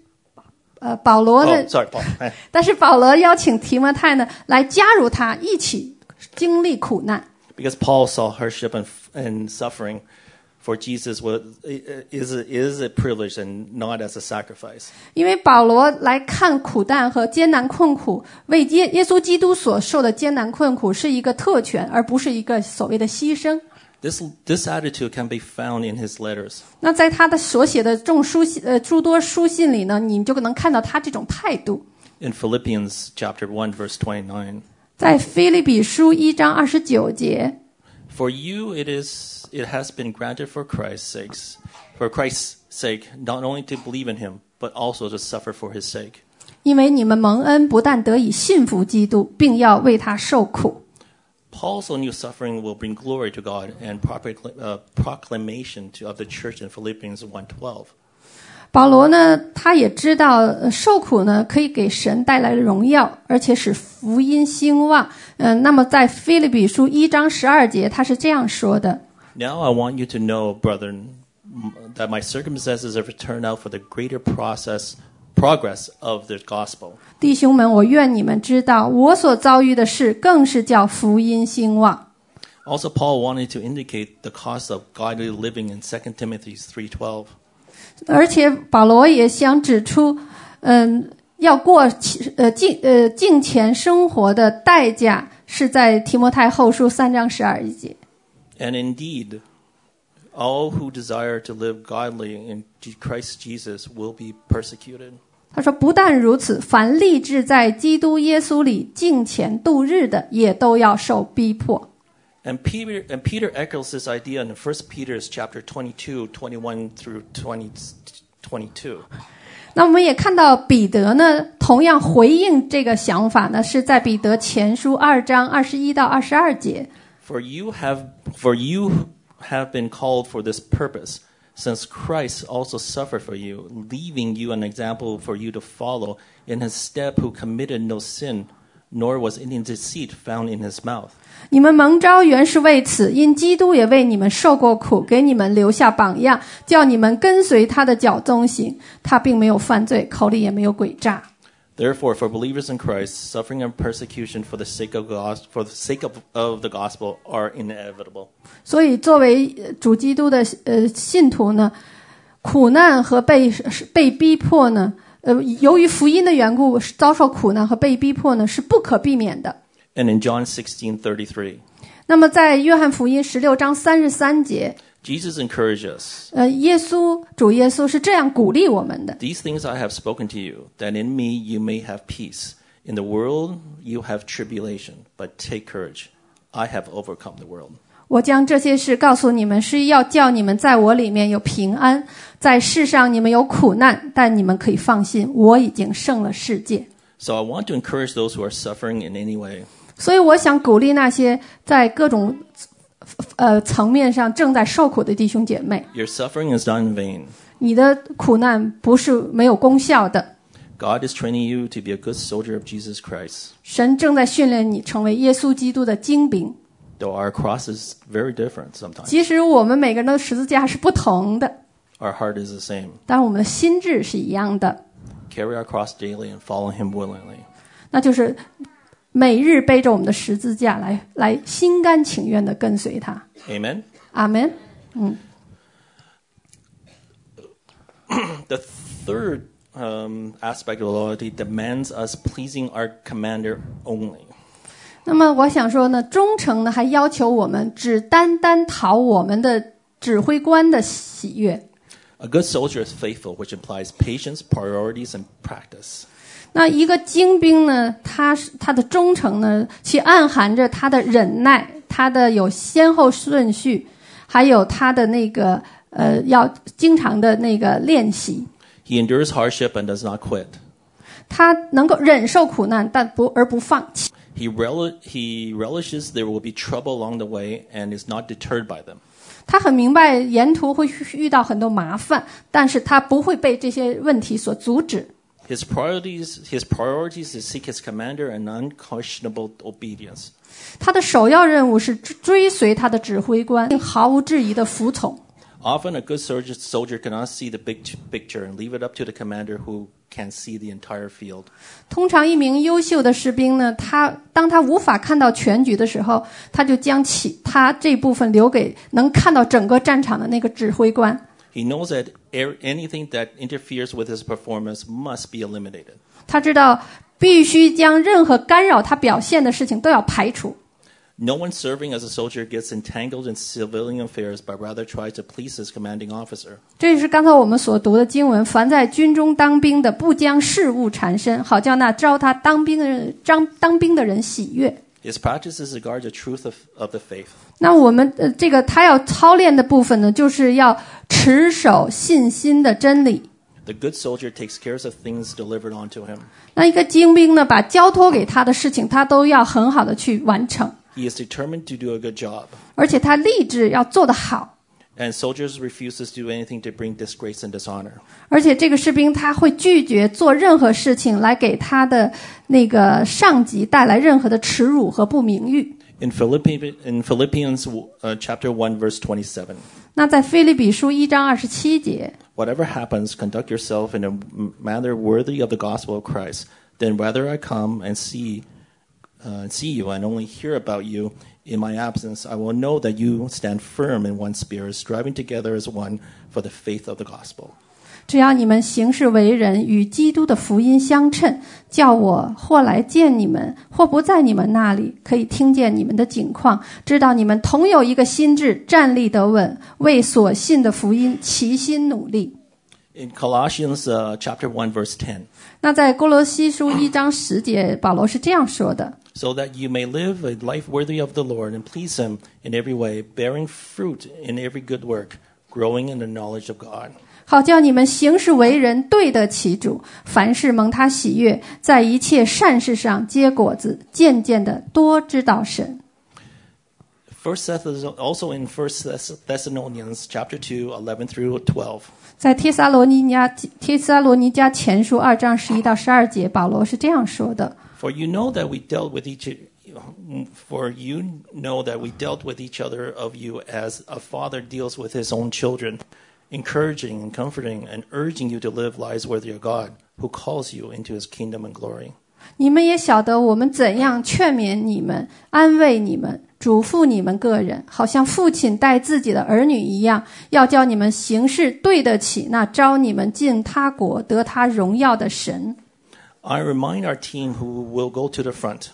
Speaker 2: 呃，保罗的
Speaker 4: Oh, sorry, Paul. <laughs> Eh.
Speaker 2: 但是保罗邀请提摩太呢来加入他，一起经历苦难，
Speaker 4: because Paul saw hardship and, and suffering for Jesus was is is a privilege and not as a sacrifice.
Speaker 2: 因为保罗来看苦难和艰难困苦，为耶耶稣基督所受的艰难困苦是一个特权，而不是一个所谓的牺牲。
Speaker 4: This this attitude can be found in his letters.
Speaker 2: 那在他的所写的众书信呃诸多书信里呢，你就能看到他这种态度。
Speaker 4: In Philippians chapter 1 verse 29,
Speaker 2: 在菲利比书一章二十九节，
Speaker 4: for you it is it has been granted for Christ's sakes, for Christ's sake not only to believe in him but also to suffer for his sake.
Speaker 2: 因为你们蒙恩，不但得以信服基督，并要为他受苦。
Speaker 4: Paul also knew suffering will bring glory to God and procla- uh, proclamation to, of the church in Philippians 1:12.
Speaker 2: 保罗呢，他也知道呃受苦呢可以给神带来荣耀，而且使福音兴旺。嗯、那么在菲利比书一章十二节，他是这样说的：
Speaker 4: Now I want you to know, brethren, m- that my circumstances have turned out for the greater process progress of the gospel.
Speaker 2: 弟兄们，我愿你们知道，我所遭遇的事，更是叫福音兴旺。
Speaker 4: Also, Paul wanted to indicate the cost of godly living in 2 Timothy 3:12.
Speaker 2: 而且保罗也想指出，嗯，要过其呃敬呃敬虔生活的代价是在提摩太后书三章十二节。
Speaker 4: And indeed, all who desire to live godly in Je- Christ Jesus will be persecuted.
Speaker 2: 他说：“不但如此，凡立志在基督耶稣里敬虔度日的，也都要受逼迫。
Speaker 4: And Peter and Peter echoes this idea in 1 Peter's chapter 22, 21 through 20, 22. ”
Speaker 2: 那我们也看到彼得呢，同样回应这个想法呢，是在彼得前书二章二十一到二十二节。
Speaker 4: For you have for you have been called for this purpose, since Christ also suffered for you, leaving you an example for you to follow in his step who committed no sin, nor was any deceit found in his mouth.
Speaker 2: 你们蒙召原是为此，因基督也为你们受过苦，给你们留下榜样，叫你们跟随他的脚踪行。他并没有犯罪，口里也没有诡诈。
Speaker 4: Therefore, for believers in Christ, suffering and persecution for the sake of God, for the sake of, of the gospel are inevitable.
Speaker 2: 所以，作为呃主基督的呃信徒呢，苦难和被是被逼迫呢，呃，由于福音的缘故，遭受苦难和被逼迫呢是不可避免的。
Speaker 4: And in John 16:33,
Speaker 2: 那么，在约翰福音十六章三十三节，
Speaker 4: Jesus encouraged us,
Speaker 2: 呃，耶稣主耶稣是这样鼓励我们的：
Speaker 4: These things I have spoken to you, that in me you may have peace. In the world you have tribulation, but take courage. I have overcome the world.
Speaker 2: 我将这些事告诉你们，是要叫你们在我里面有平安。在世上你们有苦难，但你们可以放心，我已经胜了世界。
Speaker 4: So I want to encourage those who are suffering in any way.
Speaker 2: 所以我想鼓励那些在各种呃层面上正在受苦的弟兄姐妹，
Speaker 4: Your suffering is not in vain.
Speaker 2: 你的苦难不是没有功效的，
Speaker 4: God is training you to be a good soldier of Jesus Christ.
Speaker 2: 神正在训练你成为耶稣基督的精兵。
Speaker 4: Though our cross is very different sometimes,
Speaker 2: 其实我们每个人的十字架是不同的，
Speaker 4: our heart is the same.
Speaker 2: 但是我们的心智是一样的，
Speaker 4: Carry our cross daily and follow Him willingly.
Speaker 2: 那就是每日背着我们的十字架来来心甘情愿的跟随他。
Speaker 4: Amen.
Speaker 2: 阿门。
Speaker 4: The third um, aspect of loyalty demands us pleasing our commander only.
Speaker 2: 那么我想说呢，忠诚呢还要求我们只单单讨我们的指挥官的喜悦。
Speaker 4: A good soldier is faithful, which implies patience, priorities, and practice.
Speaker 2: 那一个精兵呢，他是他的忠诚呢，其暗含着他的忍耐，他的有先后顺序，还有他的那个呃，要经常的那个练习。
Speaker 4: He endures hardship and does not quit.
Speaker 2: 他能够忍受苦难，但不而不放弃。
Speaker 4: He, rel- he relishes there will be trouble along the way and is not deterred by them.
Speaker 2: 他很明白沿途会遇到很多麻烦，但是他不会被这些问题所阻止。
Speaker 4: His priorities, his priorities is seek his commander and unquestionable obedience.
Speaker 2: 他的首要任务是追追随他的指挥官，并毫无质疑的服从。
Speaker 4: Often a good soldier, soldier cannot see the big t- picture and leave it up to the commander who can see the entire field.
Speaker 2: 通常，一名优秀的士兵呢，他当他无法看到全局的时候，他就将其他这部分留给能看到整个战场的那个指挥官。
Speaker 4: He knows that er- anything that interferes with his performance must be eliminated.
Speaker 2: 他知道必须将任何干扰他表现的事情都要排除。
Speaker 4: No one serving as a soldier gets entangled in civilian affairs, but rather tries to please his commanding officer.
Speaker 2: 这是刚才我们所读的经文。凡在军中当兵的，不将事务缠身，好叫那招他当兵的人当当兵的人喜悦。
Speaker 4: His practices regard the truth of, of the faith.
Speaker 2: 那我们呃，这个他要操练的部分呢，就是要持守信心的真理。
Speaker 4: The good soldier takes care of things delivered onto him.
Speaker 2: 那一个精兵呢，把交托给他的事情，他都要很好的去完成，
Speaker 4: He is determined to do a good job,
Speaker 2: 而且他立志要做得好，
Speaker 4: and soldiers refuses to do anything to bring disgrace and dishonor.
Speaker 2: 而且这个士兵他会拒绝做任何事情来给他的那个上级带来任何的耻辱和不名誉。
Speaker 4: In, Philippi- in Philippians uh, chapter 1 verse 27,
Speaker 2: 那在菲利比书一章二十七节，
Speaker 4: whatever happens, conduct yourself in a m- manner worthy of the gospel of Christ. Then whether I come and see uh, see you and only hear about you in my absence, I will know that you stand firm in one spirit, striving together as one for the faith of the gospel.
Speaker 2: 只要你们行事为人与基督的福音相称，叫我或来见你们，或不在你们那里，可以听见你们的景况，知道你们同有一个心智，站立得稳，为所信的福音齐心努力。
Speaker 4: In Colossians uh, chapter 1 verse 10,
Speaker 2: 那在哥罗西书一章十节，保罗是这样说的：
Speaker 4: so that you may live a life worthy of the Lord and please him in every way, bearing fruit in every good work, growing in the knowledge of God.
Speaker 2: 好叫你们行事为人对得起主，凡事蒙他喜悦，在一切善事上结果子，渐渐的多知道神。
Speaker 4: First Thess also in First Thess- Thessalonians chapter 2, 11 through 12.
Speaker 2: 在帖撒罗尼迦帖撒罗尼迦前书二章十一到十二节，保罗是这样说的：
Speaker 4: For you know that we dealt with each for you know that we dealt with each other of you as a father deals with his own children, encouraging and comforting and urging you to live lives worthy of God, who calls you into his kingdom and glory.
Speaker 2: 你们也晓得我们怎样劝勉你们、安慰你们、嘱咐你们个人，好像父亲待自己的儿女一样，要叫你们行事对得起那招你们进他国、得他荣耀的神。
Speaker 4: I remind our team who will go to the front.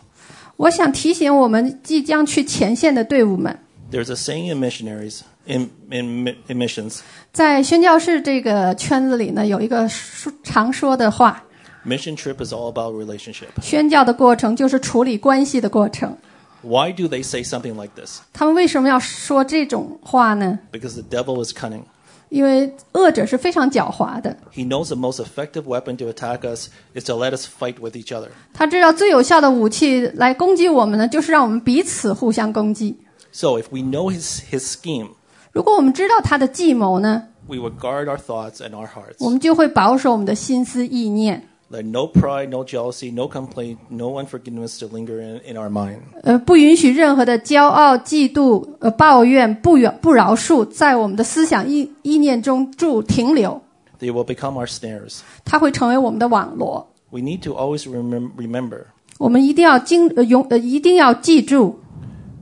Speaker 2: 我想提醒我们即将去前线的队伍们，
Speaker 4: There's a saying in missionaries in, in, in missions,
Speaker 2: 在宣教士这个圈子里呢，有一个说常说的话：
Speaker 4: mission trip is all about relationship.
Speaker 2: 宣教的过程就是处理关系的过程。
Speaker 4: Why do they say something like this?
Speaker 2: 他们为什么要说这种话呢？
Speaker 4: Because the devil is cunning.
Speaker 2: 因为恶者是非常狡猾的，
Speaker 4: He knows the most effective weapon to attack us is to let us fight with each other.
Speaker 2: 他知道最有效的武器来攻击我们呢，就是让我们彼此互相攻击。
Speaker 4: So if we know his, his scheme,
Speaker 2: 如果我们知道他的计谋呢，
Speaker 4: we will guard our thoughts and our hearts.
Speaker 2: 我们就会保守我们的心思意念，
Speaker 4: Let no pride, no jealousy, no complaint, no unforgiveness to linger in, in our mind.
Speaker 2: 呃，不允许任何的骄傲、嫉妒、呃抱怨、不远不饶恕在我们的思想意意念中驻停留，
Speaker 4: They will become our snares.
Speaker 2: 它会成为我们的网罗。
Speaker 4: We need to always remem- remember
Speaker 2: 我们一定要经呃永呃一定要记住，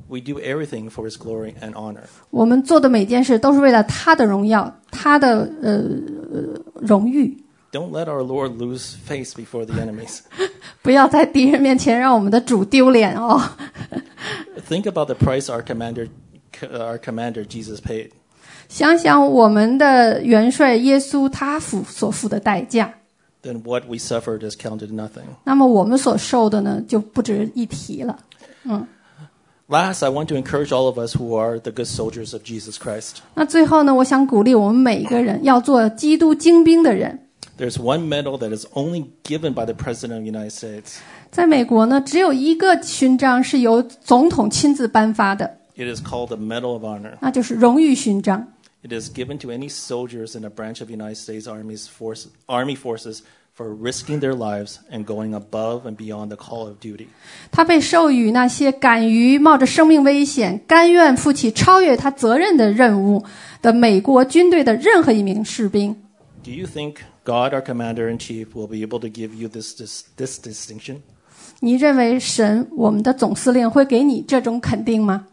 Speaker 4: we do everything for his glory and honor.
Speaker 2: 我们做的每件事都是为了他的荣耀，他的呃呃荣誉。
Speaker 4: Don't let our Lord lose face before the enemies.
Speaker 2: 不要在敌人面前让我们的主丢脸哦！ <laughs>
Speaker 4: Think about the price our commander, our commander Jesus paid.
Speaker 2: 想想我们的元帅耶稣他付所付的代价，
Speaker 4: then what we suffered is counted nothing.
Speaker 2: 那么我们所受的呢，就不值一提了。
Speaker 4: Last, I want to encourage all of us who are the good soldiers of Jesus Christ.
Speaker 2: 那最后呢，我想鼓励我们每一个人要做基督精兵的人。
Speaker 4: There's one medal that is only given by the President of the United States.
Speaker 2: 在美国呢，只有一个勋章是由总统亲自颁发的，
Speaker 4: It is called the Medal of Honor.
Speaker 2: 那就是荣誉勋章。
Speaker 4: It is given to any soldiers in a branch of the United States Army's force, Army forces for risking their lives and going above and beyond the call of duty.
Speaker 2: 他被授予那些敢于冒着生命危险、甘愿负起超越他责任的任务的美国军队的任何一名士兵。
Speaker 4: Do you think God, our Commander in Chief, will be able to give you this, this, this distinction?
Speaker 2: 你认为神，我们的总司令会给你这种肯定吗？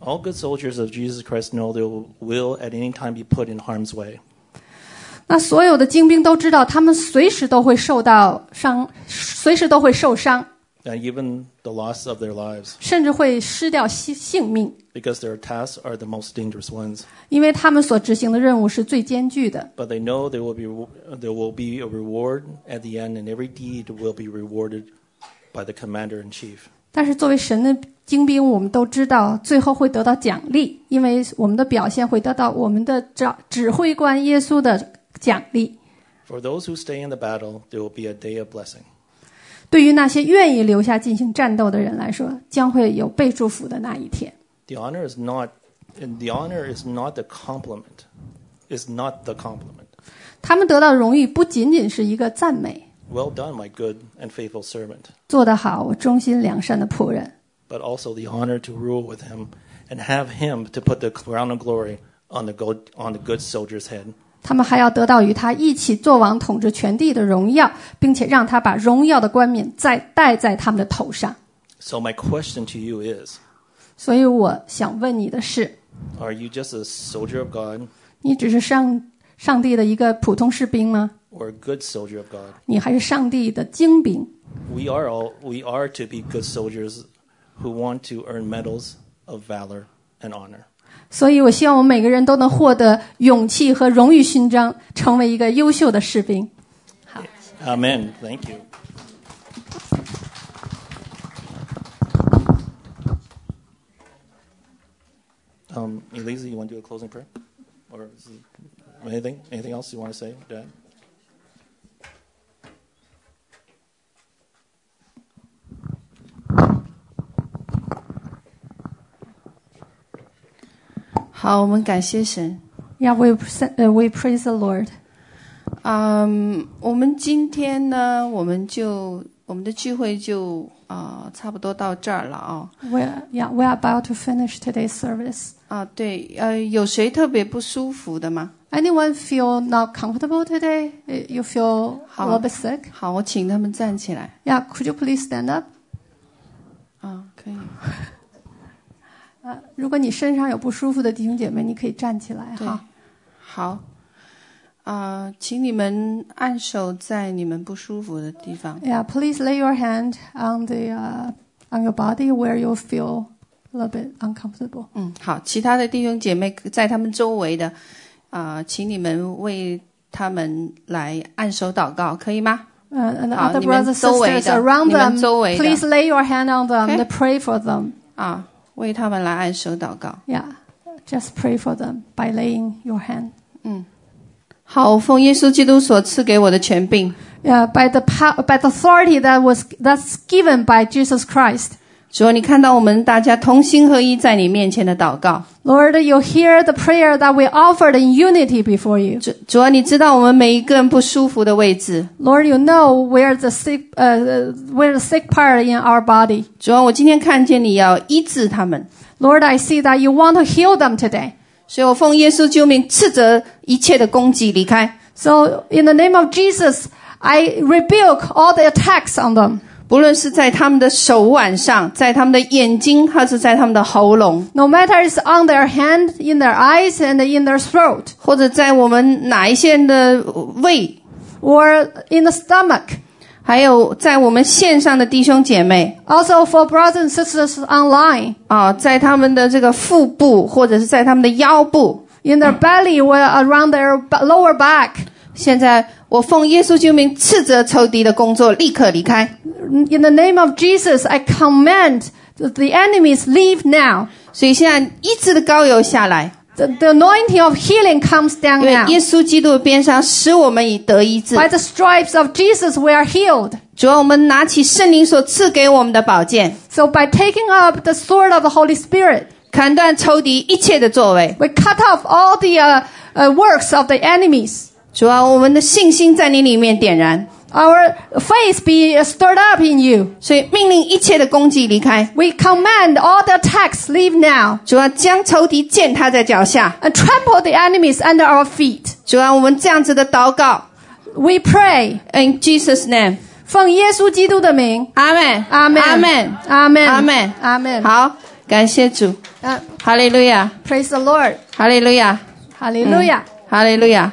Speaker 4: All good soldiers of Jesus Christ know they will- will at any time be put in harm's way.
Speaker 2: 那所有的精兵都知道，他们随时都会受到伤，随时都会受伤，
Speaker 4: and even the loss of their lives,
Speaker 2: 甚至会失掉性性命，
Speaker 4: because their tasks are the most dangerous ones.
Speaker 2: 因为他们所执行的任务是最艰巨的。
Speaker 4: But they know there will be there will be a reward at the end, and every deed will be rewarded by the commander in chief.
Speaker 2: 但是作为神的精兵，我们都知道最后会得到奖励，因为我们的表现会得到我们的指指挥官耶稣的奖励。
Speaker 4: For those who stay in the battle, there will be a day of blessing.
Speaker 2: 对于那些愿意留下进行战斗的人来说，将会有被祝福的那一天。
Speaker 4: The honor is not and the honor is not the compliment. Is not the compliment.
Speaker 2: 他们得到的荣誉不仅仅是一个赞美，
Speaker 4: Well done, my good and faithful servant.
Speaker 2: 做得好，我忠心良善的仆人，
Speaker 4: But also the honor to rule with him and have him to put the crown of glory on the good, on the good soldier's head.
Speaker 2: 他们还要得到与他一起做王统治全地的荣耀，并且让他把荣耀的冠冕再戴在他们的头上。
Speaker 4: So my question to you is,
Speaker 2: 所以我想问你的是，
Speaker 4: are you just a soldier of God
Speaker 2: 你只是上上帝的一个普通士兵吗？
Speaker 4: or a good soldier of God?
Speaker 2: 你还是上帝的精兵？
Speaker 4: We are all we are to be good soldiers who want to earn medals of valor and honor.
Speaker 2: 所以，我希望我们每个人都能获得勇气和荣誉勋章，成为一个优秀的士兵。
Speaker 4: Amen. Thank you. Um, Elisa, you want to do a closing prayer, or is it- anything? Anything else you want to say, Dad?
Speaker 1: Amen 好，我们感谢神。
Speaker 2: Yeah, we pres- 呃 we praise the Lord.
Speaker 1: 嗯，我们今天呢，我们就我们的聚会就啊、差不多到这儿了啊、
Speaker 2: We yeah, we are about to finish today's service.
Speaker 1: 啊，对，呃，有谁特别不舒服的吗？
Speaker 2: Anyone feel not comfortable today? Uh, You feel a
Speaker 1: 好。
Speaker 2: little bit sick?
Speaker 1: 好，我请他们站起来
Speaker 2: Yeah, could you please stand up?
Speaker 1: 啊，可以。
Speaker 2: 如果你身上有不舒服的弟兄姐妹，你可以站起来
Speaker 1: 对
Speaker 2: 哈。
Speaker 1: 好，啊、请你们按手在你们不舒服的地方。
Speaker 2: Yeah, please lay your hand on the uh, on your body where you feel a little bit uncomfortable.
Speaker 1: 嗯，好，其他的弟兄姐妹在他们周围的，啊、请你们为他们来按手祷告，可以吗？
Speaker 2: Uh, and the
Speaker 1: 好，
Speaker 2: other
Speaker 1: 你们
Speaker 2: brothers
Speaker 1: 周围的，
Speaker 2: sisters around
Speaker 1: 你们
Speaker 2: them,
Speaker 1: 周围的。
Speaker 2: please lay your hand on them
Speaker 1: Okay.
Speaker 2: and pray for them.
Speaker 1: 啊，为他们来按手祷告。
Speaker 2: Yeah, just pray for them by laying your hand.
Speaker 1: 好，奉耶稣基督所赐给我的权柄，
Speaker 2: Yeah, by the power, by the authority that was that's given by Jesus Christ.
Speaker 1: 主啊，你看到我们大家同心合一在你面前的祷告。
Speaker 2: Lord, you hear the prayer that we offered in unity before you.
Speaker 1: 主主啊，你知道我们每一个人不舒服的位置。
Speaker 2: Lord, you know where the sick, uh, uh, where the sick part in our body.
Speaker 1: 主啊，我今天看见你要医治他们，
Speaker 2: Lord, I see that you want to heal them today.
Speaker 1: 所以我奉耶稣救命，斥责一切的攻击，离开。
Speaker 2: So in the name of Jesus, I rebuke all the attacks on them.
Speaker 1: 不论是在他们的手腕上，在他们的眼睛，还是在他们的喉咙，
Speaker 2: No matter it's on their hand, in their eyes, and in their throat,
Speaker 1: 或者在我们哪一些人的胃，
Speaker 2: or in the stomach.
Speaker 1: 还有在我们线上的弟兄姐妹
Speaker 2: Also for brothers and sisters online,
Speaker 1: 啊，在他们的这个腹部，或者是在他们的腰部，
Speaker 2: in their belly or around their b- lower back.
Speaker 1: 现在我奉耶稣之名斥责仇敌的工作，立刻离开。
Speaker 2: In the name of Jesus, I command the enemies leave now.
Speaker 1: 所以现在医治的膏油下来，
Speaker 2: The, the anointing of healing comes down
Speaker 1: 因为
Speaker 2: now.
Speaker 1: 耶稣基督的鞭伤使我们以得医治
Speaker 2: By。the stripes of Jesus, we are healed.
Speaker 1: 主啊要我们拿起圣灵所赐给我们的宝剑，
Speaker 2: So by taking up the sword of the Holy Spirit,
Speaker 1: 砍断仇敌一切的作为。
Speaker 2: we cut off all the uh, uh, works of the enemies.
Speaker 1: 主要我们的信心在你里面点燃，
Speaker 2: Our faith be uh, stirred up in you.
Speaker 1: 所以命令一切的攻击离开。
Speaker 2: We command all the attacks leave now
Speaker 1: 主要将仇敌践踏在脚下。
Speaker 2: and trample the enemies under our feet.
Speaker 1: 主啊要我们这样子的祷告
Speaker 2: We pray
Speaker 1: ，in Jesus name，
Speaker 2: 奉耶稣基督的名，
Speaker 1: 阿门，
Speaker 2: 阿门，
Speaker 1: 阿门，
Speaker 2: 阿门，
Speaker 1: 阿门
Speaker 2: 阿门。
Speaker 1: 好，感谢主，
Speaker 2: 呃
Speaker 1: 哈利路亚，
Speaker 2: ，Praise the Uh, Lord，
Speaker 1: 哈利路亚，
Speaker 2: 哈利路亚。
Speaker 1: 哈利路亚。